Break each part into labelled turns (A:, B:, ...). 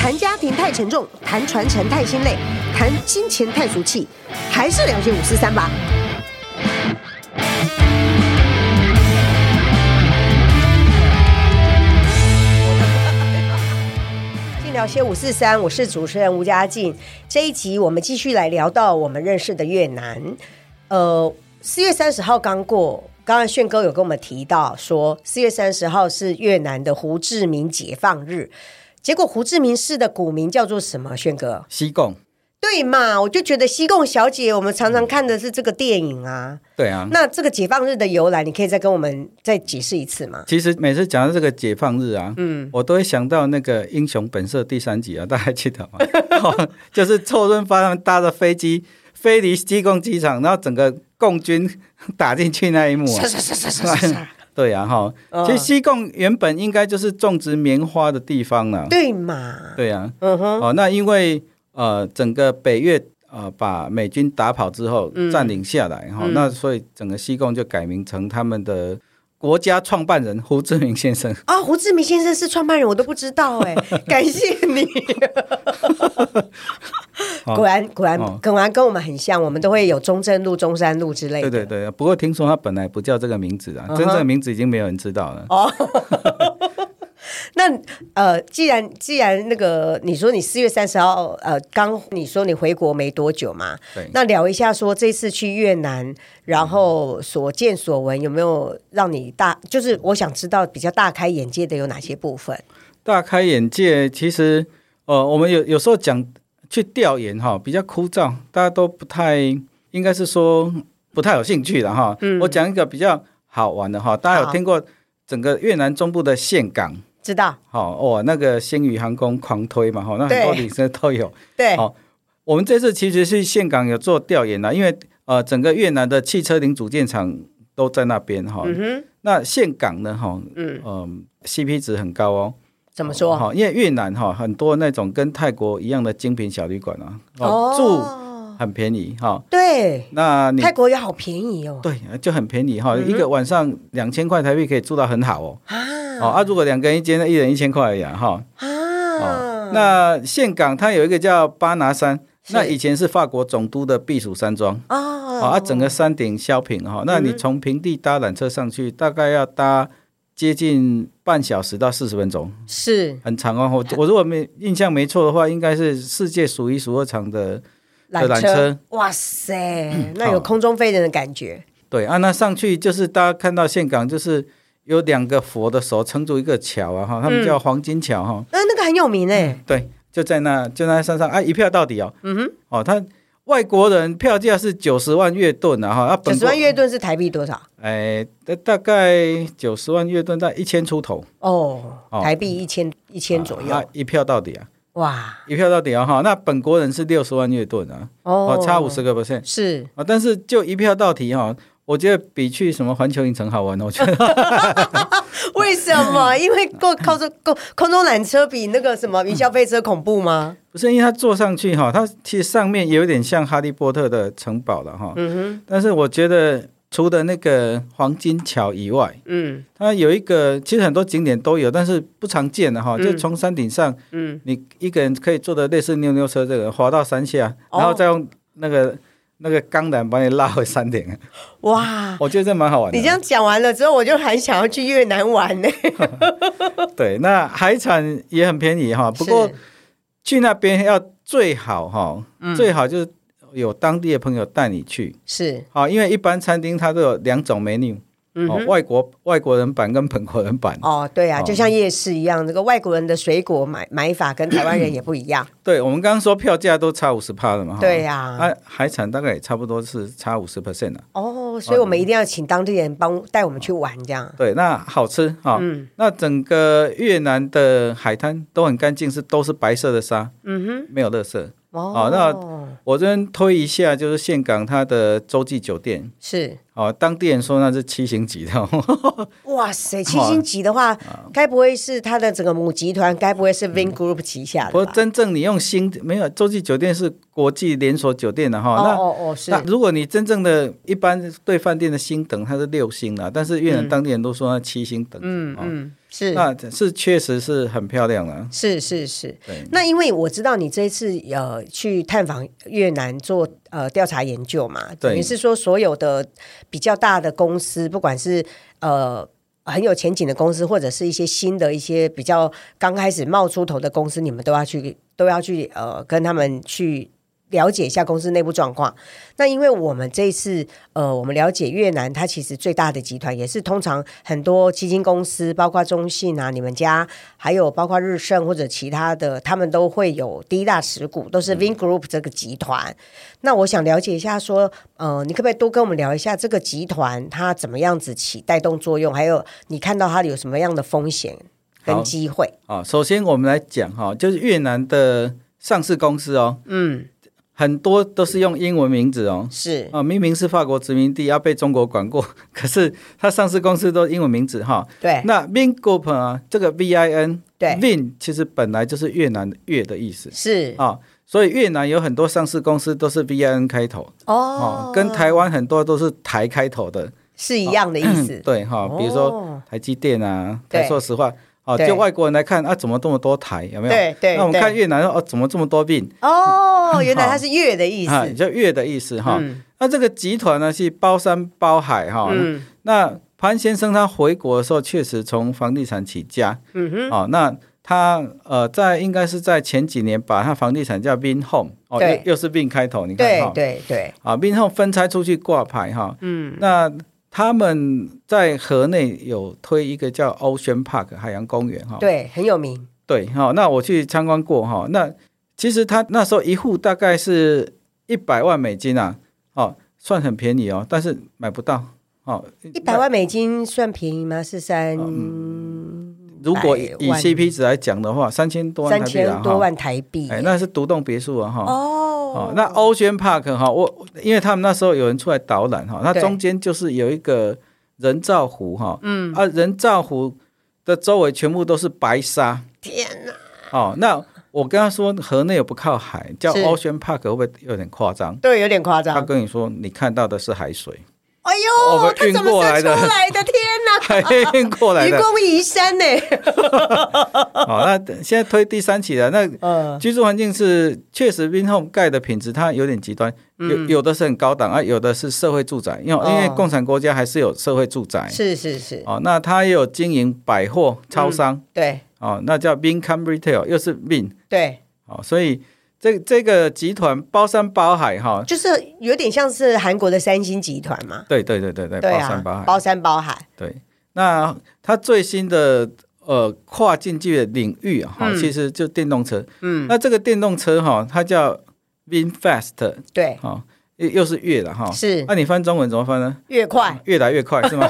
A: 谈家庭太沉重，谈传承太心累，谈金钱太俗气，还是聊些五四三吧。 进聊些五四三，我是主持人吴佳静。这一集我们继续来聊到我们认识的越南。呃，四月三十号刚过，刚刚炫哥有跟我们提到说，四月三十号是越南的胡志明解放日。结果胡志明市的古名叫做什么？炫哥，
B: 西贡，
A: 对嘛？我就觉得西贡小姐，我们常常看的是这个电影啊。
B: 对啊。
A: 那这个解放日的由来，你可以再跟我们再解释一次吗？
B: 其实每次讲到这个解放日啊，嗯，我都会想到那个《英雄本色》第三集啊，大 家还记得吗？哦就是臭润发他们搭着飞机飞离西贡机场，然后整个共军打进去那一幕啊
A: 是，是是是是是是，
B: 对啊，哈，其实西贡原本应该就是种植棉花的地方啊了、
A: 对嘛？
B: 对啊，
A: 嗯哼，
B: 哦，那因为呃，整个北越呃把美军打跑之后
A: 嗯
B: 占领下来哈、那所以整个西贡就改名成他们的国家创办人胡志明先生。
A: 啊、胡志明先生是创办人，我都不知道哎、感谢你。果然，果然，
B: 哦
A: 果然跟我们很像，我们都会有中正路、中山路之类的。嗯
B: 对对对，不过听说他本来不叫这个名字啊，真正的名字已经没有人知道了。
A: 那呃，既然既然那个你说你四月三十号呃刚你说你回国没多久嘛，
B: 对
A: 那聊一下说这次去越南，然后所见所闻有没有让你大，就是我想知道比较大开眼界的有哪些部分？
B: 大开眼界，其实呃，我们有有时候讲去调研哈，比较枯燥，大家都不太，应该是说不太有兴趣了哈。嗯，我讲一个比较好玩的哈，大家有
A: 好
B: 听过整个越南中部的岘港？
A: 知道
B: 好哦，那个星宇航空狂推嘛，哈、那很多
A: 对
B: 旅生都有。
A: 对，
B: 好我们这次其实是岘港有做调研啦，因为呃，整个越南的汽车零组件厂都在那边哈、
A: 嗯哼，
B: 那岘港呢，哈、
A: 嗯，
B: 嗯、c p 值很高哦。
A: 怎么说？
B: 哈、因为越南哈、很多那种跟泰国一样的精品小旅馆啊，住很便宜哈、
A: 哦对，
B: 那你
A: 泰国也好便宜哦
B: 对就很便宜哈、哦
A: 嗯
B: 一个晚上两千块台币可以住到很好哦。
A: 啊
B: 哦啊，如果两个人一间，那一人一千块而已啊哈、
A: 啊，
B: 哦那岘港它有一个叫巴拿山，
A: 是
B: 那以前是法国总督的避暑山庄。
A: 啊
B: 啊，整个山顶削平哈、那
A: 嗯
B: 你从平地搭缆车上去，大概要搭接近半小时到四十分钟，
A: 是
B: 很长哦。我我如果没印象没错的话，应该是世界数一数二长的。
A: 缆
B: 的缆车，
A: 哇 塞，那有空中飞人的感觉。
B: 对啊，那上去就是大家看到岘港，就是有两个佛的手撑住一个桥啊
A: 嗯
B: 哈，他们叫黄金桥哈、
A: 呃那那个很有
B: 嗯
A: 名哎，
B: 对，就在那就在山上啊，一票到底哦。嗯哼，哦，他外国人票价是九十万越盾啊哈，啊，
A: 九
B: 本
A: 十
B: 国
A: 万月盾是台币多少？
B: 哎，大大概九十万越盾，大概一千出头，
A: 哦，
B: 哦
A: 台币一千一千左
B: 啊
A: 右，，
B: 一票到底啊，
A: 哇，
B: 一票到底啊哈。那本国人是六十万越盾啊，
A: 哦
B: 哦，，差五十个 percent
A: 是
B: 啊，但是就一票到底哈。我觉得比去什么环球影城好玩，我觉得
A: 为什 么？因为过靠着过空中缆车比那个什么云霄飞车恐怖吗？
B: 不是因为它坐上去哈，它其实上面有点像哈利波特的城堡了哈。嗯哼。但是我觉得除了那个黄金桥以外，
A: 嗯，
B: 它有一个，其实很多景点都有，但是不常见的哈，就从山顶上，嗯，你一个人可以坐的类似溜溜车这个，滑到山下，
A: 哦
B: 然后再用那个、那个钢缆把你拉回山顶，
A: 哇，
B: 我觉得这蛮好玩的。
A: 你这样讲完了之后，我就很想要去越南玩
B: 啊
A: 呢。
B: 对，那海产也很便宜哈，不 过
A: 是
B: 去那边要最好哈，最好就是有当地的朋友带你去，
A: 是
B: 好，因为一般餐厅它都有两种 menu，、哦，外国外国人版跟本国人版。
A: 哦，对啊，
B: 哦
A: 就像夜市一样，这个外国人的水果买买法跟台湾人也不一样。
B: 对，我们刚刚说票价都差五十趴了嘛，哈
A: 对呀，
B: 啊，海产大概也差不多是差五十 percent 了。
A: 哦，所以我们一定要请当地人帮带我们去玩，这样
B: 对，那好吃哈、那整个越南的海滩都很干净，是都是白色的沙，嗯哼，没有垃圾。
A: 哦
B: 哦。我这边推一下，就是岘港它的洲际酒店，
A: 是，
B: 哦，当地人说那是七星级的，哦
A: 哇 塞，七星级的话，
B: 啊
A: 该不会是它的整个母集团，该不会是 Vin Group 旗下
B: 不过
A: 的吧？
B: 真正你用星没有洲际酒店是国际连锁酒店的哈、
A: 哦
B: 那
A: 哦哦，是
B: 那如果你真正的一般对饭店的星等，它是六星啦，但是越南当地人都说它七星等级，嗯
A: 嗯，是
B: 那是确实是很漂亮了。
A: 是是是
B: 对。
A: 那因为我知道你这一次呃去探访越南做呃调查研究嘛，
B: 对
A: 等于是说所有的比较大的公司，不管是呃。很有前景的公司，或者是一些新的一些比较刚开始冒出头的公司，你们都要去都要去呃跟他们去了解一下公司内部状况。那因为我们这一次，呃，我们了解越南，它其实最大的集团也是通常很多基金公司，包括中信啊、你们家，还有包括日盛或者其他的，他们都会有第一大持股，
B: 嗯
A: 都是 Vin Group 这个集团。那我想了解一下，说，呃，你可不可以多跟我们聊一下这个集团它怎么样子起带动作用，还有你看到它有什么样的风险跟
B: 好
A: 机会？
B: 啊、首先我们来讲哈、就是越南的上市公司哦，嗯，很多都是用英文名字哦。
A: 是
B: 啊，明明是法国殖民地，要被中国管过， 可是它上市公司都英文名字哈。
A: 对，
B: 那 Vin Group 啊，这个 V I N，
A: 哎对
B: ，Vin 其实本来就是越南的越的意思
A: 是
B: 啊、所以越南有很多上市公司都是 V I N 开头
A: 哦
B: 哦，跟台湾很多都是台开头的，
A: 是一样的意 思。
B: 对哈、比如说
A: 哦
B: 台积电啊，
A: 对
B: 台塑石化，哦，
A: 对
B: 就外国人来看啊，怎么这么多台，有没有？
A: 对对
B: 那我们
A: 对
B: 看越南哦，怎么这么多病
A: 哦，原来它是月的意思。
B: 啊？就越的意思哈、那这个集团呢是包山包海哈、
A: 嗯
B: 那潘先生他回国的时候，确实从房地产起家，
A: 嗯哼，
B: 哦，那他呃在应该是在前几年把他房地产叫 Vin Home，哦，
A: 对
B: 又又是 Vin 开头，你看
A: 对
B: 哈，
A: 对对，
B: 啊，Vin Home 分拆出去挂牌哈、嗯，那他们在河内有推一个叫 Ocean Park 海洋公园哈、
A: 对，很有名。
B: 对，好、那我去参观过哈、那其实他那时候一户大概是一百万美金啊，哦，算很便宜哦，但是买不到哦，
A: 一百万美金算便宜吗？是三
B: 嗯如果以
A: 100
B: 以
A: 万
B: CP 值来讲的话，三千多万
A: 三
B: 台币啦
A: 千多
B: 哈
A: 万台币。
B: 哎，那是独栋别墅啊哈。哦
A: 哦，，
B: 那欧轩 Park 哈，我因为他们那时候有人出来导览哈，那
A: 对
B: 中间就是有一个人造湖哈，嗯，啊，人造湖的周围全部都是白沙
A: 天哪！
B: 哦。那我跟他说河内有不靠海，叫
A: 是
B: 欧轩 Park 会不会有点夸张？
A: 对，有点夸
B: 他
A: 张。
B: 跟你说你看到的是海水，
A: 哎
B: 我
A: 呦，
B: 们
A: 他
B: 运
A: 怎么
B: 过
A: 生
B: 来的
A: 出来的？天
B: 海运过
A: 哪！
B: 来
A: 愚
B: 的。
A: 公移山 呢？
B: 哦，那现在推第三期了，那
A: 嗯，
B: 居住呃环境是确实 Vin Home 盖的品质，它有点极端，有有的是很高档啊，有的是社会住宅，因为、
A: 嗯哦
B: 因为共产国家还是有社会住宅
A: 是是是，
B: 哦。那它也有经营百货超商、
A: 对
B: 哦，那叫 Vincom Retail，又是 Vin
A: 对，
B: 哦，所以这这个集团包山包海哈、
A: 就是有点像是韩国的三星集团嘛。
B: 对对对对对，
A: 对
B: 哎包
A: 啊
B: 山包，海，
A: 包山包海。
B: 对。那它最新的呃跨境界领域哈、
A: 嗯
B: 其实就电动车，
A: 嗯，
B: 那这个电动车哈、它叫 VinFast。
A: 对，
B: 好、又又是越了哈。
A: 是
B: 那、你翻中文怎么翻呢？
A: 越 快，
B: 越来越快是吗？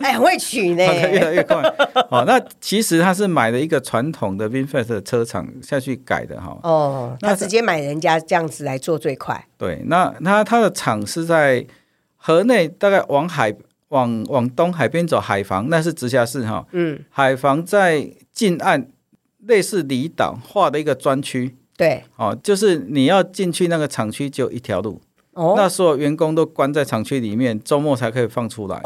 A: 哎，很会取呢
B: 好。的 越来越快。好、那其实他是买了一个传统的 VinFast 的车厂下去改的哈、
A: 哦，他
B: 那
A: 直接买人家这样子来做最快。
B: 对，那他他的厂是在河内，大概往海往往东海边走，海防那是直辖市哈、
A: 嗯，
B: 海防在近岸，类似离岛划的一个专区。
A: 对。
B: 哦，就是你要进去那个厂区，只有一条路，
A: 哦，
B: 那所有员工都关在厂区里面，周末才可以放出来。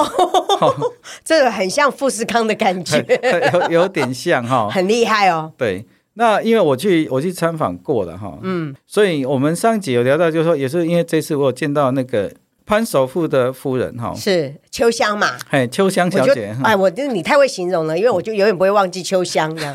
A: 这个很像富士康的感觉，
B: 有有 点像哈。
A: 很厉害哦。
B: 对，那因为我去我去参访过了哈，嗯，所以我们上一集有聊到，就是说也是因为这次我有见到那个潘首富的夫人哈，
A: 是秋香嘛？
B: 哎，秋香
A: 我
B: 哦小
A: 就
B: 姐，
A: 哎，我就你太会形容了，因为我就永远不会忘记秋香 这样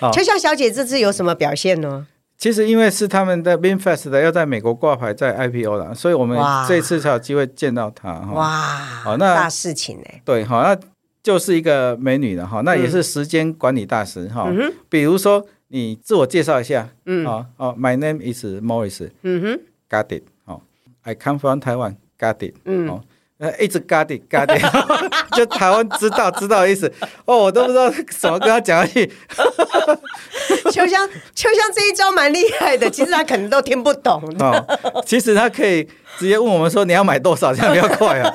B: 好
A: 秋香小姐这次有什么表现呢？
B: 其实因为是他们的 Binfast 的要在美国挂牌在 IPO 了，所以我们
A: 哇
B: 这次才有机会见到她哈。
A: 哇，
B: 好哦那
A: 大事情哎、
B: 对，好，那就是一个美女了哈，那也
A: 嗯
B: 是时间管理大师哈。比如说你自我介绍一下，嗯，哦哦，My name is Morris，
A: 嗯哼，
B: got it 哦，I come from Taiwan got it
A: 嗯
B: 哦，呃，一直嘎滴嘎滴， 就台湾知道知道意思哦，我都不知道怎么跟他讲下去。
A: 秋香，秋香这一招蛮厉害 的，其实他可能都听不懂。
B: 哦，其实他可以直接问我们说你要买多少，这样比较快啊。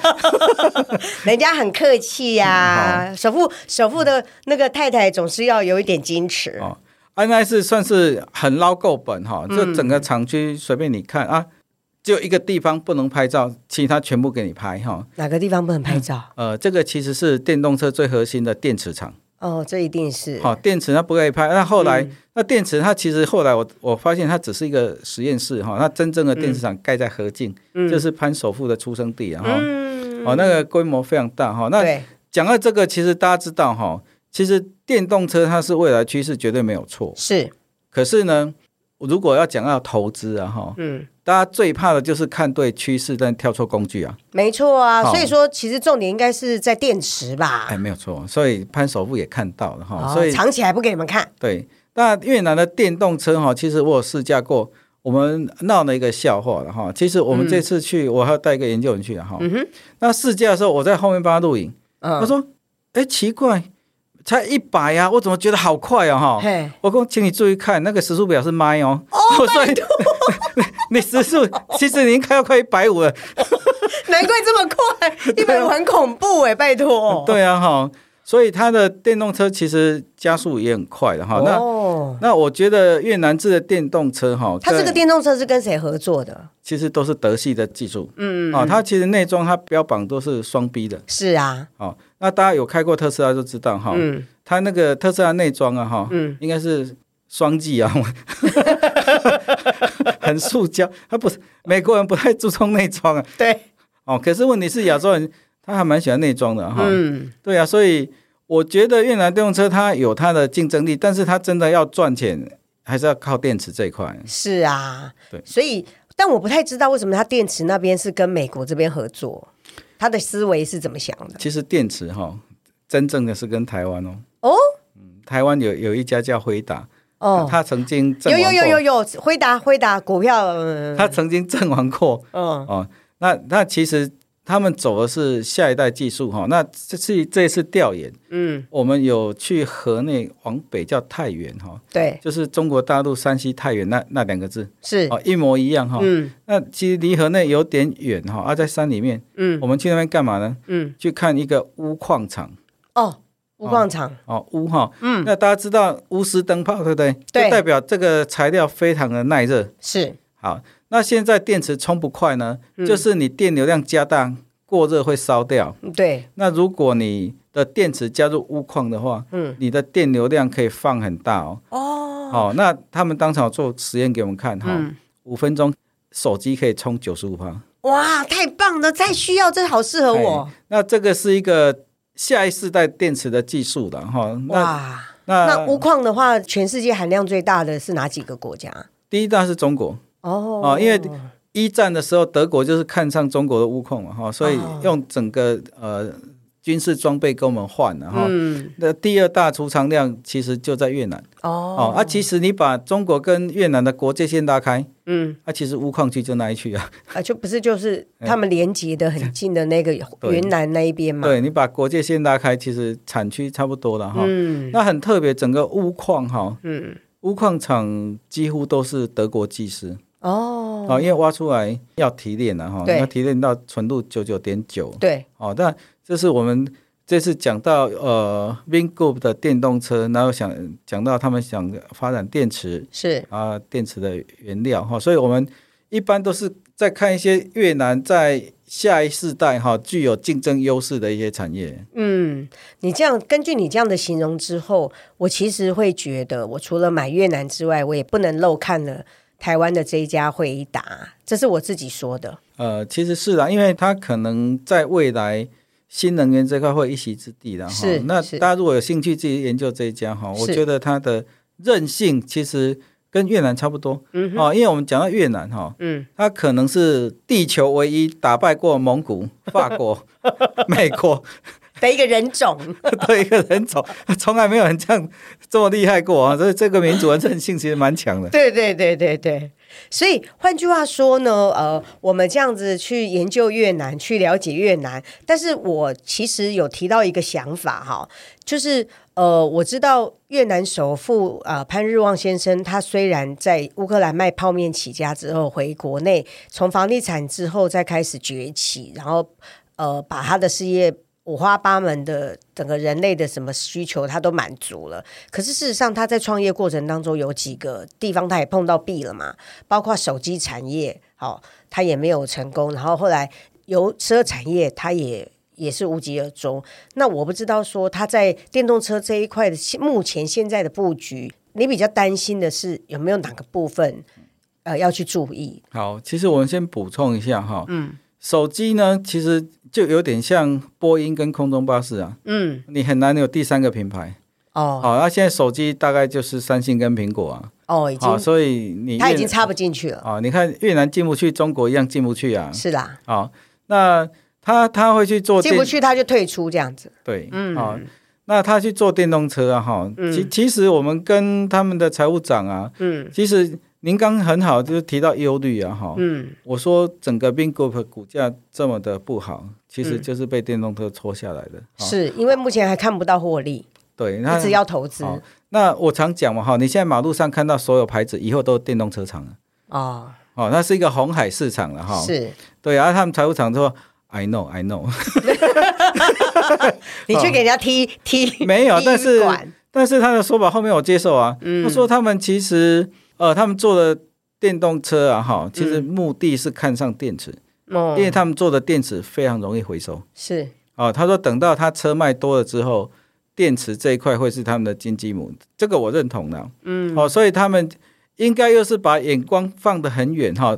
A: 人家很客气呀、
B: 嗯哦
A: 首富首富的那个太太总是要有一点矜持。
B: 哦，安奈是算是很捞够本哈、这整个厂区随便你看啊，就一个地方不能拍照，其他全部给你拍哈、
A: 哪个地方不能拍照？
B: 呃，这个其实是电动车最核心的电池厂。
A: 哦，这一定是
B: 嗯好、电池它不可以拍。那后来，
A: 嗯
B: 那电池它其实后来我我发现它只是一个实验室哈、那真正的电池厂盖在河静，
A: 嗯
B: 这是潘首富的出生地啊哈。哦，那个规模非常大哈、那
A: 对，
B: 讲到这个，其实大家知道哈、其实电动车它是未来趋势，绝对没有错。
A: 是
B: 可是呢，如果要讲到投资啊哈，
A: 嗯，
B: 大家最怕的就是看对趋势，但跳错工具啊。
A: 没错啊。
B: 好
A: 所以说，其实重点应该是在电池吧
B: 哎，。没有错。所以潘首富也看到了哈、
A: 哦
B: 所以
A: 藏起来不给你们看。
B: 对，那越南的电动车哈，其实我有试驾过，我们闹了一个笑话了哈。其实我们这次去，我还要带一个研究员去的哈。那试驾的时候，我在后面帮他录影，他
A: 嗯，
B: 说：“哎，奇怪，才一百啊呀，我怎么觉得好快啊哈
A: 嘿，？”
B: 我说：“请你注意看，那个时速表是迈哦， 哦，所以你时速其实你应该要快一百五了，
A: 难怪这么 快，一百五很恐怖哎、拜托。
B: 啊对啊哈。所以它的电动车其实加速也很快的哈。那
A: 哦，
B: 那我觉得越南制的电动车哈，
A: 它这
B: 跟
A: 个电动车是跟谁合作的？
B: 其实都是德系的技术，嗯啊，它其实内装它标榜都是双 B 的，
A: 是啊，
B: 哦，那大家有开过特斯拉就知道哈，
A: 嗯
B: 它那个特斯拉内装啊哈，
A: 嗯
B: 应该是双 G 啊， 很塑胶，它不是美国人不太注重内装啊，
A: 对，
B: 哦，可是问题是亚洲人他还蛮喜欢内装的哈，
A: 嗯，
B: 对啊，所以我觉得越南电动车它有它的竞争力，但是它真的要赚钱，还是要靠电池这一块，
A: 是啊，
B: 对
A: 所以但我不太知道为什么它电池那边是跟美国这边合作，他的思维是怎么想的？
B: 其实电池哈，真正的是跟台湾哦。
A: 哦
B: 嗯，台湾有有一家叫辉达，
A: 哦，
B: 他曾经阵
A: 有
B: 亡
A: 有
B: 过，
A: 有有有，回答回答股票，嗯
B: 他曾经阵亡过
A: 嗯
B: 哦。那那其实他们走的是下一代技术哈、那这次这次调研，
A: 嗯，
B: 我们有去河内往北叫太原哈、
A: 对，
B: 就是中国大陆山西太原那那两个字
A: 是，
B: 哦，一模一样哈、
A: 嗯
B: 那其实离河内有点远哈、啊，在山里面，
A: 嗯
B: 我们去那边干嘛呢？
A: 嗯，
B: 去看一个钨矿场。
A: 哦，钨矿场，
B: 哦，钨哈，嗯，那大家知道钨丝灯泡对不对？
A: 对
B: 就代表这个材料非常的耐热。
A: 是
B: 好，那现在电池充不快呢，
A: 嗯
B: 就是你电流量加大，过热会烧掉。
A: 对，
B: 那如果你的电池加入钨矿的话，
A: 嗯，
B: 你的电流量可以放很大哦。
A: 哦，嗯
B: 好、那他们当场做实验给我们看哈，五、分钟手机可以充九十五趴。
A: 哇，太棒了，太需要，这好适合我，
B: 哎那这个是一个下一世代电池的技术了哈。那
A: 哇。
B: 那
A: 那钨矿的话，全世界含量最大的是哪几个国家？
B: 第一大是中国。
A: 哦
B: 哦因为一战的时候，德国就是看上中国的钨矿嘛，哈、所以
A: 哦
B: 用整个呃军事装备跟我们换了哈。
A: 嗯
B: 那第二大储藏量其实就在越南哦
A: 哦
B: 啊，其实你把中国跟越南的国界线拉开，
A: 嗯哎
B: 啊，其实钨矿区就那一区啊，
A: 啊，就不是就是他们连接的很近的那个
B: 对
A: 云南那一边嘛，
B: 对你把国界线拉开，其实产区差不多了哈。
A: 嗯
B: 那很特别，整个钨矿哈，
A: 嗯
B: 钨矿厂几乎都是德国技师
A: 哦
B: 哦，因为挖出来要提炼了哈，
A: 对
B: 要提炼到纯度九九点九，
A: 对
B: 哦，那这是我们这次讲到呃 v i n g o o p 的电动车，然后想讲到他们想发展电池
A: 是
B: 啊、电池的原料哈、所以我们一般都是在看一些越南在下一世代哈、具有竞争优势的一些产业。
A: 嗯，你这样根据你这样的形容之后，我其实会觉得，我除了买越南之外，我也不能漏看了台湾的这一家回答，这是我自己说的，
B: 呃，其实是啦、因为它可能在未来。新能源这块会一席之地的哈
A: 是，
B: 那
A: 是
B: 大家如果有兴趣自己研究这一家哈，我
A: 是
B: 觉得它的韧性其实跟越南差不多，嗯，哦，因为我们讲到越南哈，
A: 嗯，
B: 它可 能是地球唯一打败过蒙古、法国、美国
A: 的一个人种。
B: 对一个人走，从来没有人这样这么厉害过啊！所以这个民族的韧性其实蛮强的。
A: 对对对对对，所以换句话说呢，呃，我们这样子去研究越南，去了解越南，但是我其实有提到一个想法哈，就是呃，我知道越南首富呃潘日旺先生，他虽然在乌克兰卖泡面起家之后回国内，从房地产之后再开始崛起，然后呃把他的事业。五花八门的整个人类的什么需求，他都满足了。可是事实上，他在创业过程当中有几个地方他也碰到壁了嘛，包括手机产业，好、他也没有成功。然后后来油车产业，他也也是无疾而终。那我不知道说他在电动车这一块的现目前现在的布局，你比较担心的是有没有哪个部分呃要去注意？
B: 好，其实我们先补充一下哈，嗯，手机呢，其实就有点像波音跟空中巴士啊，
A: 嗯，
B: 你很难有第三个品牌。
A: 哦
B: 好，那现在手机大概就是三星跟苹果啊，
A: 哦，已经
B: 好，所以你
A: 他已
B: 越
A: 经插不进去了，
B: 啊，你看越南进不去，中国一样进不去啊。
A: 是啦，哦
B: 好，那他他会去做
A: 进
B: 电
A: 不去他就退出这样子。
B: 对，嗯，好、那他去做电动车啊，哈、其其实我们跟他们的财务长啊，
A: 嗯，
B: 其实您刚很好就是提到忧虑啊，哈、
A: 嗯，
B: 我说整个 Bing Group 股价这么的不好，其实就是被电动车拖下来的，哈
A: 是因为目前还看不到获利，
B: 对，那
A: 一直要投资
B: 好那我常讲嘛，哈，你现在马路上看到所有牌子，以后都是电动车厂了，
A: 哦，
B: 哦，那是一个红海市场了，哈，
A: 是
B: 对啊，他们财务长说，I know, I know，
A: 你去给人家踢踢
B: 没有
A: 踢
B: 但是
A: 馆
B: 但是他的说法后面我接受啊，
A: 嗯
B: 他说他们其实呃，他们做的电动车啊，哈，其
A: 嗯
B: 实目的是看上电池，
A: 哦
B: 因为他们做的电池非常容易回收
A: 是
B: 哦。他说等到他车卖多了之后，电池这一块会是他们的金鸡母，这个我认同的。嗯，哦，所以他们应该又是把眼光放得很远哈、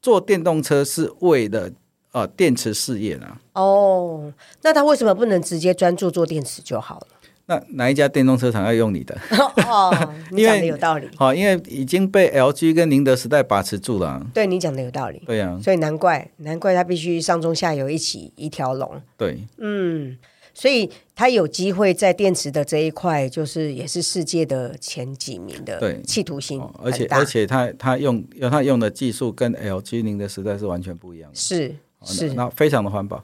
B: 做电动车是为了呃电池事业呢、
A: 哦，那他为什么不能直接专注做电池就好 了？
B: 那哪一家电动车厂要用你的？
A: 哦，你
B: 因为
A: 讲的有道理，
B: 好、因为已经被 LG 跟宁德时代把持住了啊、
A: 对你讲的有道理，
B: 对呀、啊
A: 所以难怪难怪他必须上中下游一起一条龙，
B: 对，
A: 嗯。所以他有机会在电池的这一块，就是也是世界的前几名的
B: 对
A: 企图心
B: 哦而且
A: 很大
B: 而且他他用用他用的技术跟 LG 零的时代是完全不一样的，
A: 是
B: 哦那
A: 是
B: 那非常的环保。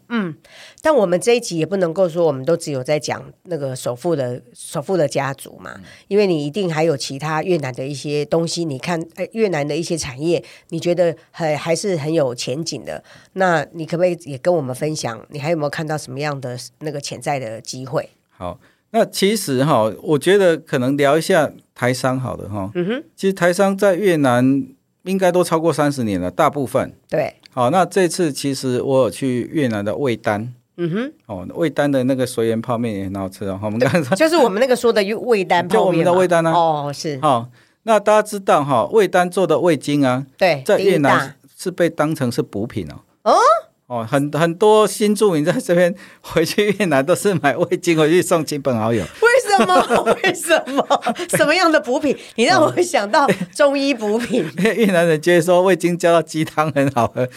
A: 但我们这一集也不能够说我们都只有在讲那个首富的首富的家族
B: 嗯
A: 嘛，因为你一定还有其他越南的一些东西，你看，呃，越南的一些产业，你觉得很还是很有前景的。那你可不可以也跟我们分享，你还有没有看到什么样的那个潜在的机会？
B: 好，那其实哈、我觉得可能聊一下台商好了哈、嗯哼，其实台商在越南应该都超过三十年了，大部分。
A: 对，
B: 好，那这次其实我有去越南的魏丹。
A: 嗯哼，
B: 哦，魏丹的那个随缘泡面也很好吃哦。我们刚才
A: 就是我们那个说的味丹
B: 就
A: 泡
B: 我们
A: 面
B: 的
A: 嘛
B: 味丹啊
A: 哦，是
B: 好，那大家知道哈、魏丹做的味精啊，
A: 对，
B: 在
A: 第一
B: 越
A: 大
B: 南是被当成是补品哦。哦，很很多新住民在这边回去越南都是买味精回去送亲朋好友。
A: 为什么？ 为什么？什么样的补品？你让
B: 哦
A: 我想到中医补 品。
B: 因为越南人觉得说味精加到鸡汤很好喝，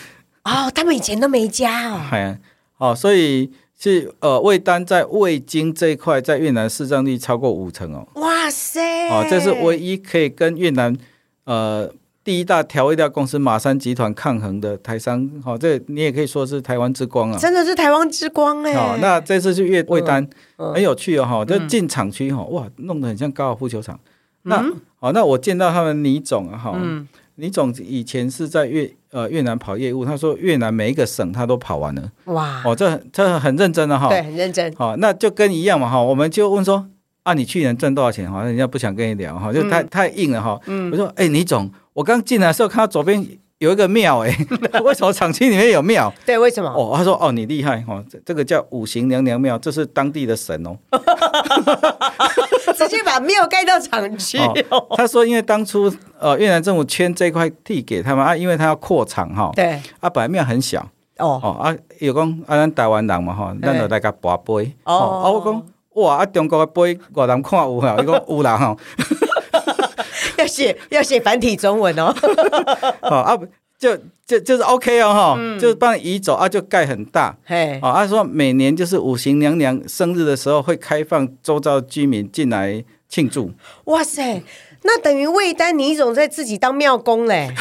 A: 哦，他们以前都没加哦。
B: 哎呀，哦，所以是呃味丹在味精这一块在越南市占率超过五成哦。
A: 哇塞！
B: 哦，这是唯一可以跟越南呃第一大调味料公司马山集团抗衡的台商。哦，这你也可以说是台湾之光啊。
A: 真的是台湾之光哎、
B: 哦，那这次去越魏丹、
A: 嗯
B: 很有趣哦，哈，就进厂区哈，哇，弄得很像高尔夫球场。那、
A: 嗯
B: 哦，那我见到他们倪总啊，哈、倪总以前是在越呃越南跑业务，他说越南每一个省他都跑完了，
A: 哇，
B: 哦，这这很认真的、哈。
A: 对，很认真。
B: 好、那就跟一样嘛，哈、我们就问说啊，你去年赚多少钱？哦哈，人家不想跟你聊，哈、就
A: 嗯
B: 太、太硬了，哈、我说，哎、倪总，我刚进来的时候看到左边有一个庙、 哎，为什么厂区里面有庙？
A: 对，为什么？
B: 哦，他说哦，你厉害哦，这这个叫五行娘娘庙，这是当地的神哦。
A: 直接把庙盖到厂区、
B: 哦他说因为当初呃越南政府圈这块地给他们啊，因为他要扩厂哈、
A: 对，
B: 啊本来庙很小
A: 哦，
B: 哦啊，有讲啊咱台湾人嘛哈，咱就来甲跋杯
A: 哦
B: 啊我讲。哇！啊，中国的杯外人看有 啊，伊讲有啦吼，
A: 要写要写繁体中文哦。
B: 哦啊，就就就是 OK 哦哈，
A: 嗯
B: 就是帮你移走啊，就盖很大。
A: 嘿，
B: 哦，他说每年就是五行娘娘生日的时候会开放周遭居民进来庆祝，
A: 哇塞，那等于魏丹妮总在自己当庙公 嘞，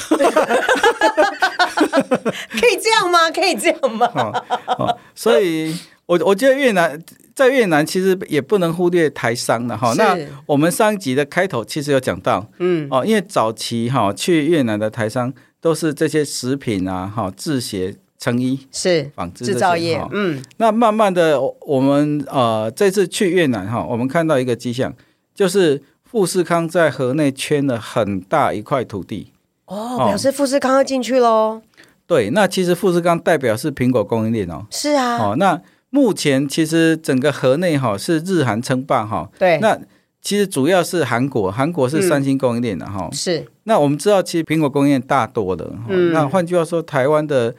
A: 可以这样吗？可以这样吗？
B: 哦 哦，所以我我觉得越南在越南其实也不能忽略台商了哈。
A: 是
B: 那我们上一集的开头其实有讲到，
A: 嗯，
B: 哦，因为早期哈、去越南的台商都是这些食品啊，哈、制鞋、成衣、
A: 是
B: 纺织
A: 制
B: 这些
A: 造业
B: 哈，
A: 嗯，
B: 那慢慢的，我我们呃这次去越南哈，我们看到一个迹象，就是富士康在河内圈了很大一块土地。
A: 哦，
B: 哦
A: 表示富士康要进去喽，
B: 对，那其实富士康代表是苹果供应链哦。
A: 是啊，
B: 哦，那目前其实整个河内哈是日韩称霸哈。
A: 对，嗯
B: 那其实主要是韩国，韩国是三星供应链的哈。
A: 是
B: 那我们知道，其实苹果供应链大多的。哈
A: 嗯
B: 那换句话说，台湾的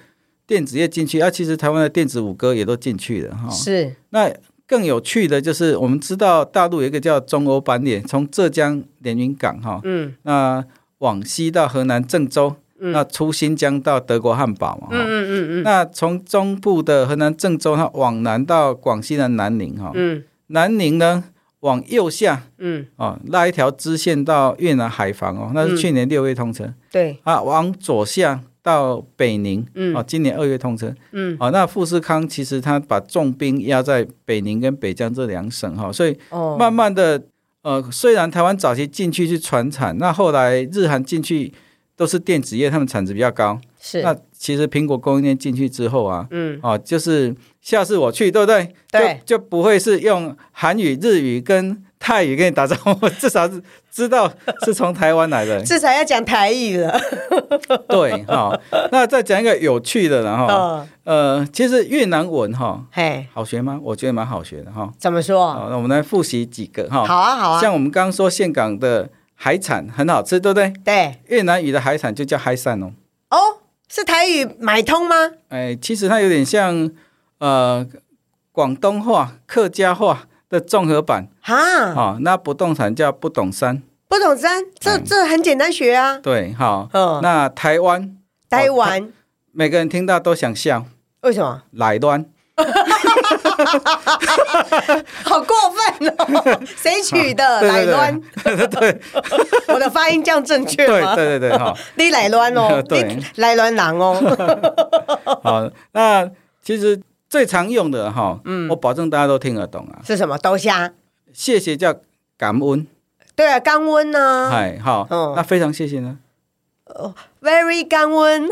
B: 电子业进去，啊，其实台湾的电子五哥也都进去了哈。
A: 是，
B: 那更有趣的就是，我们知道大陆有一个叫中欧班列，从浙江连云港哈，
A: 嗯
B: 那往西到河南郑州，那出新疆到德国汉堡嘛，哈
A: 嗯嗯嗯
B: 那从中部的河南郑州，它往南到广西的南宁哈，
A: 嗯
B: 南宁呢往右下
A: 嗯，
B: 哦拉一条支线到越南海防哦，那是去年六月通车、
A: 对，
B: 啊，往左下到北宁，
A: 嗯
B: 哦，今年二月通车，
A: 嗯，
B: 哦，那富士康其实他把重兵压在北宁跟北江这两省哈、所以
A: 哦，
B: 慢慢的，呃，虽然台湾早期进去去传产，那后来日韩进去都是电子业，他们产值比较高，
A: 是，
B: 那其实苹果供应链进去之后啊，
A: 嗯，
B: 哦，就是下次我去，对不对？
A: 对
B: 就，就不会是用韩语、日语跟泰语跟你打招呼，至少是知道是从台湾
A: 。
B: 来的
A: 至少要讲台语了，
B: 对，哈、那再讲一个有趣的了哈、
A: 嗯，
B: 呃，其实越南文哈、
A: 嘿，
B: 好学吗？我觉得蛮好学的哈。
A: 怎么说？
B: 好，那我们来复习几个哈。
A: 哦好啊，好啊，
B: 哦像我们刚刚说岘港的海产很好吃，对不对？
A: 对，
B: 越南语的海产就叫海sản哦。
A: 哦，是台语买通吗？
B: 哎，其实它有点像呃广东话、客家话的综合版
A: 哈，
B: 哦。那不动产叫不懂山，
A: 不懂三，这
B: 嗯
A: 这很简单学啊，
B: 对，好、
A: 嗯，
B: 那台湾
A: 台
B: 哦
A: 湾
B: 每个人听到都想笑，
A: 为什 么？
B: 奶端。
A: 好过分哦！ 谁取的
B: 对
A: 奶
B: 对 对
A: 卵？ 对，我的发音这样正确
B: 对
A: 吗？
B: 对对对，哈、，
A: 你奶卵哦
B: 对
A: 你奶卵狼哦，
B: 好、那其实最常用的哈、嗯，我保证大家都听得懂啊。
A: 是什么豆虾？
B: 谢谢叫感恩，
A: 对啊，干温呢
B: 哎、好、
A: 嗯
B: 那非常谢谢呢，
A: ？Very 干温，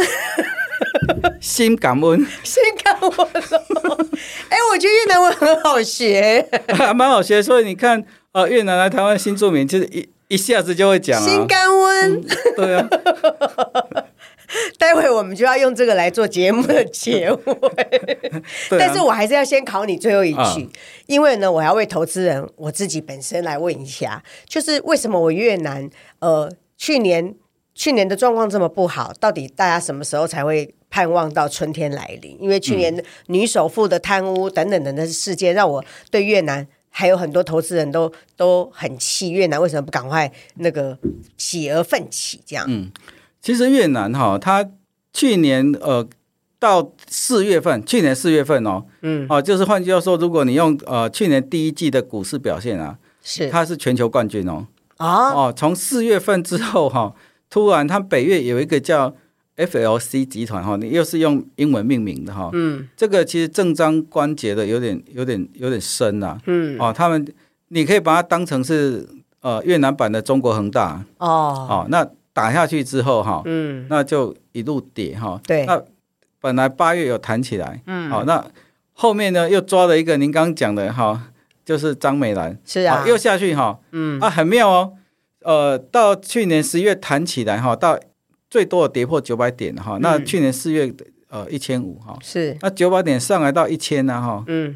B: 心感恩。
A: 先干温哦。 哎，我觉得越南文很好学，
B: 还啊蛮好学。所以你看，呃，越南来台湾新住民，就是一一下子就会讲
A: 新
B: 啊，
A: 干温。
B: 对啊，
A: 待会我们就要用这个来做节目的结尾。
B: 对啊
A: 但是我还是要先考你最后一句，
B: 啊
A: 因为呢，我要为投资人我自己本身来问一下，就是为什么我越南呃去年去年的状况这么不好，到底大家什么时候才会？盼望到春天来临，因为去
B: 嗯
A: 年女首富的贪污等等等的事件，让我对越南还有很多投资人都都很气，越南为什么不赶快那个起而奋起？这样，
B: 嗯其实越南哈、它去年呃到四月份，去年四月份哦，嗯，哦、就是换句话说，如果你用呃去年第一季的股市表现啊，
A: 是
B: 它是全球冠军哦，
A: 啊，
B: 哦，从四月份之后哈、突然它北越有一个叫。FLC 集团哈，你又是用英文命名的哈，嗯，这个其实正章关节的有点、有点、有点深啊，
A: 嗯，
B: 哦，他们你可以把它当成是呃越南版的中国恒大
A: 哦，
B: 哦，那打下去之后哈、
A: 嗯，
B: 那就一路跌哈、
A: 对
B: 那本来八月有弹起来，嗯，好、那后面呢又抓了一个您刚刚讲的哈、就是张美兰，
A: 是啊
B: 哦，又下去哈、嗯，啊，很妙哦，呃，到去年十月弹起来哈、到最多跌破九百点哈、那去年四月呃一千五哈，
A: 是，
B: 那九百点上来到一千呢哈，
A: 嗯，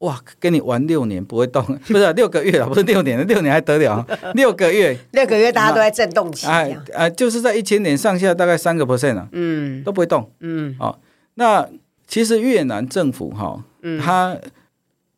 B: 哇，跟你玩六年不会动， 不是啊、六个月了，不是六年，六年还得了？啊六个月，
A: 六个月大家都在震动期，这
B: 哎
A: 样，
B: 啊，就是在一千点上下，大概三个 percent 啊，
A: 嗯
B: 都不会动。
A: 嗯，
B: 那其实越南政府哈、它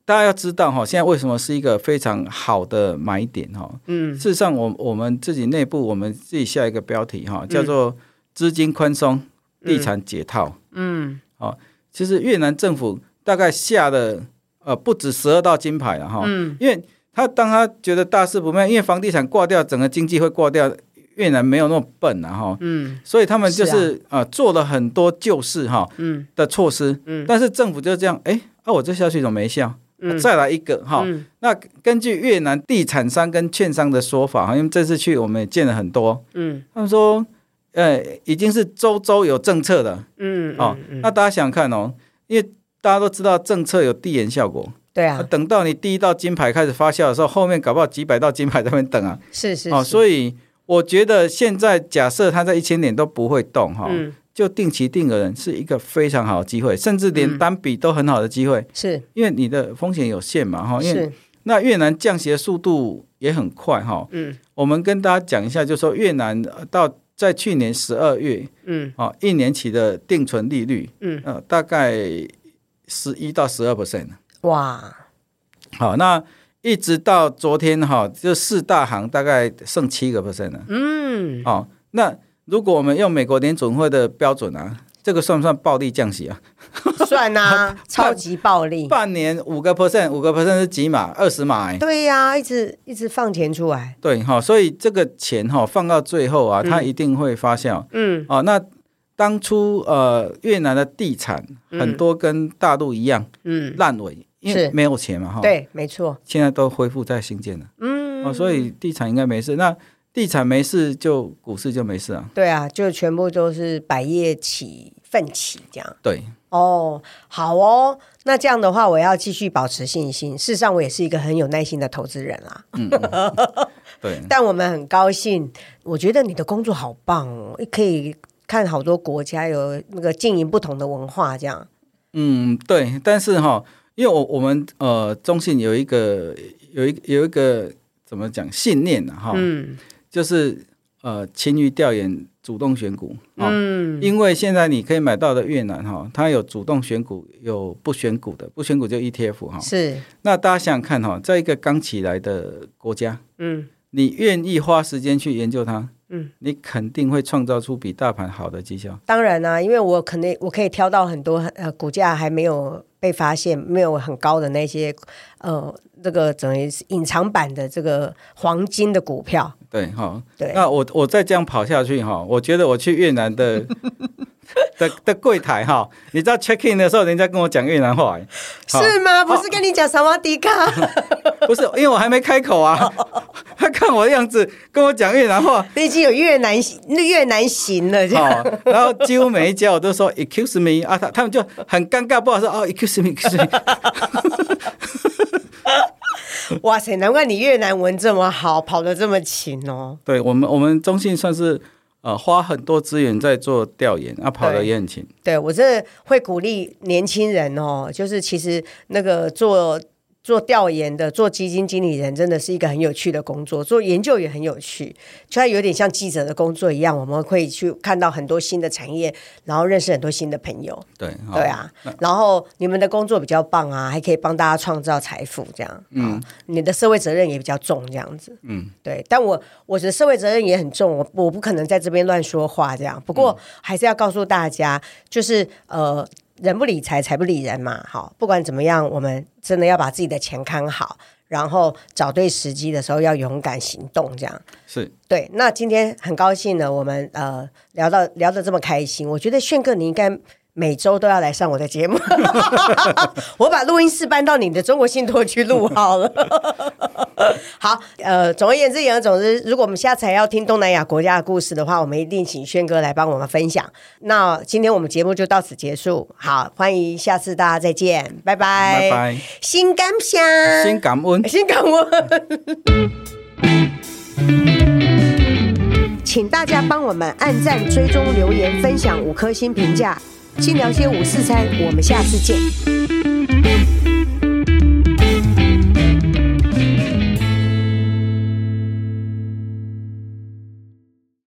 B: 大家要知道哈、现在为什么是一个非常好的买点哈、
A: 嗯
B: 事实上我，我们自己内部我们自己下一个标题哈、叫做资金宽松地产解套。嗯，哦，其实越南政府大概下了呃不止十二道金牌了哈，因为他当他觉得大事不妙，因为房地产挂掉，整个经济会挂掉。越南没有那么笨啊，哈，嗯，所以他们就是是啊、呃做了很多救市哈，嗯的措施，嗯，但是政府就这样，哎，啊，我这消息怎么没效？啊再来一个哈，那根据越南地产商跟券商的说法，哈，因为这次去我们也见了很多，嗯，他们说，呃，已经是周周有政策的，
A: 嗯，
B: 哦，那大家想想看哦，因为大家都知道政策有递延效果，
A: 对
B: 啊
A: 啊，
B: 等到你第一道金牌开始发酵的时候，后面搞不好几百道金牌在那边等啊，
A: 是是
B: 哦，
A: 是
B: 所以我觉得现在假设它在一千点都不会动哈、
A: 嗯
B: 就定期定额人是一个非常好的机会，甚至
A: 嗯
B: 连单笔都很好的机会，
A: 是
B: 因为你的风险有限嘛哦哈，因为
A: 是，
B: 那越南降息的速度也很快哈，
A: 嗯
B: 我们跟大家讲一下，就说越南呃到在去年十二月
A: 嗯
B: 哦，一年期的定存利率，
A: 嗯，
B: 呃，大概十一到十二 percent。
A: 哇，
B: 好，那一直到昨天哈、就四大行大概剩七个 percent 了。
A: 嗯
B: 哦，那如果我们用美国联准会的标准啊，这个算不算暴力降息啊？
A: 算 啊，超级暴力，
B: 半年五个 percent，五个 percent 是几码？二十码、欸。
A: 对呀、一直一直放钱出来，
B: 对哈、所以这个钱哈、放到最后啊，它一定会发酵。
A: 嗯，
B: 哦，那当初呃越南的地产很多跟大陆一样
A: 嗯，
B: 烂尾，因为
A: 是
B: 没有钱嘛哈。。
A: 对，没错，
B: 现在都恢复在新建了。
A: 嗯，
B: 哦，所以地产应该没事。那地产没事，就股市就没事啊。
A: 对啊，就全部都是百业起奋起这样。
B: 对，
A: 哦，好哦，那这样的话，我要继续保持信心。事实上，我也是一个很有耐心的投资人啦。
B: 对，
A: 但我们很高兴，我觉得你的工作好棒哦，可以看好多国家有那个经营不同的文化，这样。
B: 嗯，对。但是哈、因为我我们呃中信有一个有一有一个怎么讲信念啊哈、
A: 嗯
B: 就是呃勤于调研，主动选股。哦、嗯，因为现在你可以买到的越南哈、它有主动选股，有不选股的，不选股就 ETF 哈、
A: 是，
B: 那大家想想看哈、在一个刚起来的国家，
A: 嗯
B: 你愿意花时间去研究它，
A: 嗯，
B: 你肯定会创造出比大盘好的绩效。
A: 当然啦、啊因为我可能我可以挑到很多呃股价还没有被发现、没有很高的那些呃这个等于是隐藏版的这个黄金的股票，
B: 对哈，
A: 对，
B: 那我我再这样跑下去哈，我觉得我去越南的 的的柜台哈，你知道 check in 的时候，人家跟我讲越南话，哎好
A: 是吗？不是跟你讲萨瓦迪卡，
B: 不是因为我还没开口啊，他看我的样子跟我讲越 南话。
A: 你已经有越南越南行了，这样
B: 好，然后几乎每一家我都说 excuse me 啊，他他们就很尴尬，不好说哦 excuse me，excuse me，
A: 哇塞，难怪你越南文这么好，跑得这么勤哦。
B: 对我们我们中信算是呃花很多资源在做调研，啊跑得
A: 对
B: 也很勤。
A: 对我真的会鼓励年轻人哦，就是其实那个做做调研的、做基金经理人，真的是一个很有趣的工作，做研究也很有趣，就它有点像记者的工作一样，我们会去看到很多新的产业，然后认识很多新的朋友。
B: 对，好
A: 对，啊，然后你们的工作比较棒啊，还可以帮大家创造财富，这样，嗯，你的社会责任也比较重，这样子，嗯，对。但我我的社会责任也很重，我我不可能在这边乱说话这样。不过还是要告诉大家，就是呃，人不理财，财不理人嘛。好，不管怎么样，我们真的要把自己的钱看好，然后找对时机的时候要勇敢行动，这样。
B: 是
A: 对，那今天很高兴呢，我们呃聊到聊得这么开心，我觉得炫哥你应该每周都要来上我的节目， 我把录音室搬到你的中国信托去录好了。 好，呃，总而言之，言而总之，如果我们下次还要听东南亚国家的故事的话，我们一定请轩哥来帮我们分享。那今天我们节目就到此结束，好，欢迎下次大家再见，拜拜，
B: 拜拜，
A: 新感想，
B: 先感恩。
A: 先感恩。请大家帮我们按赞、追踪、留言、分享五颗星评价。新聊些五四三，我们下次见。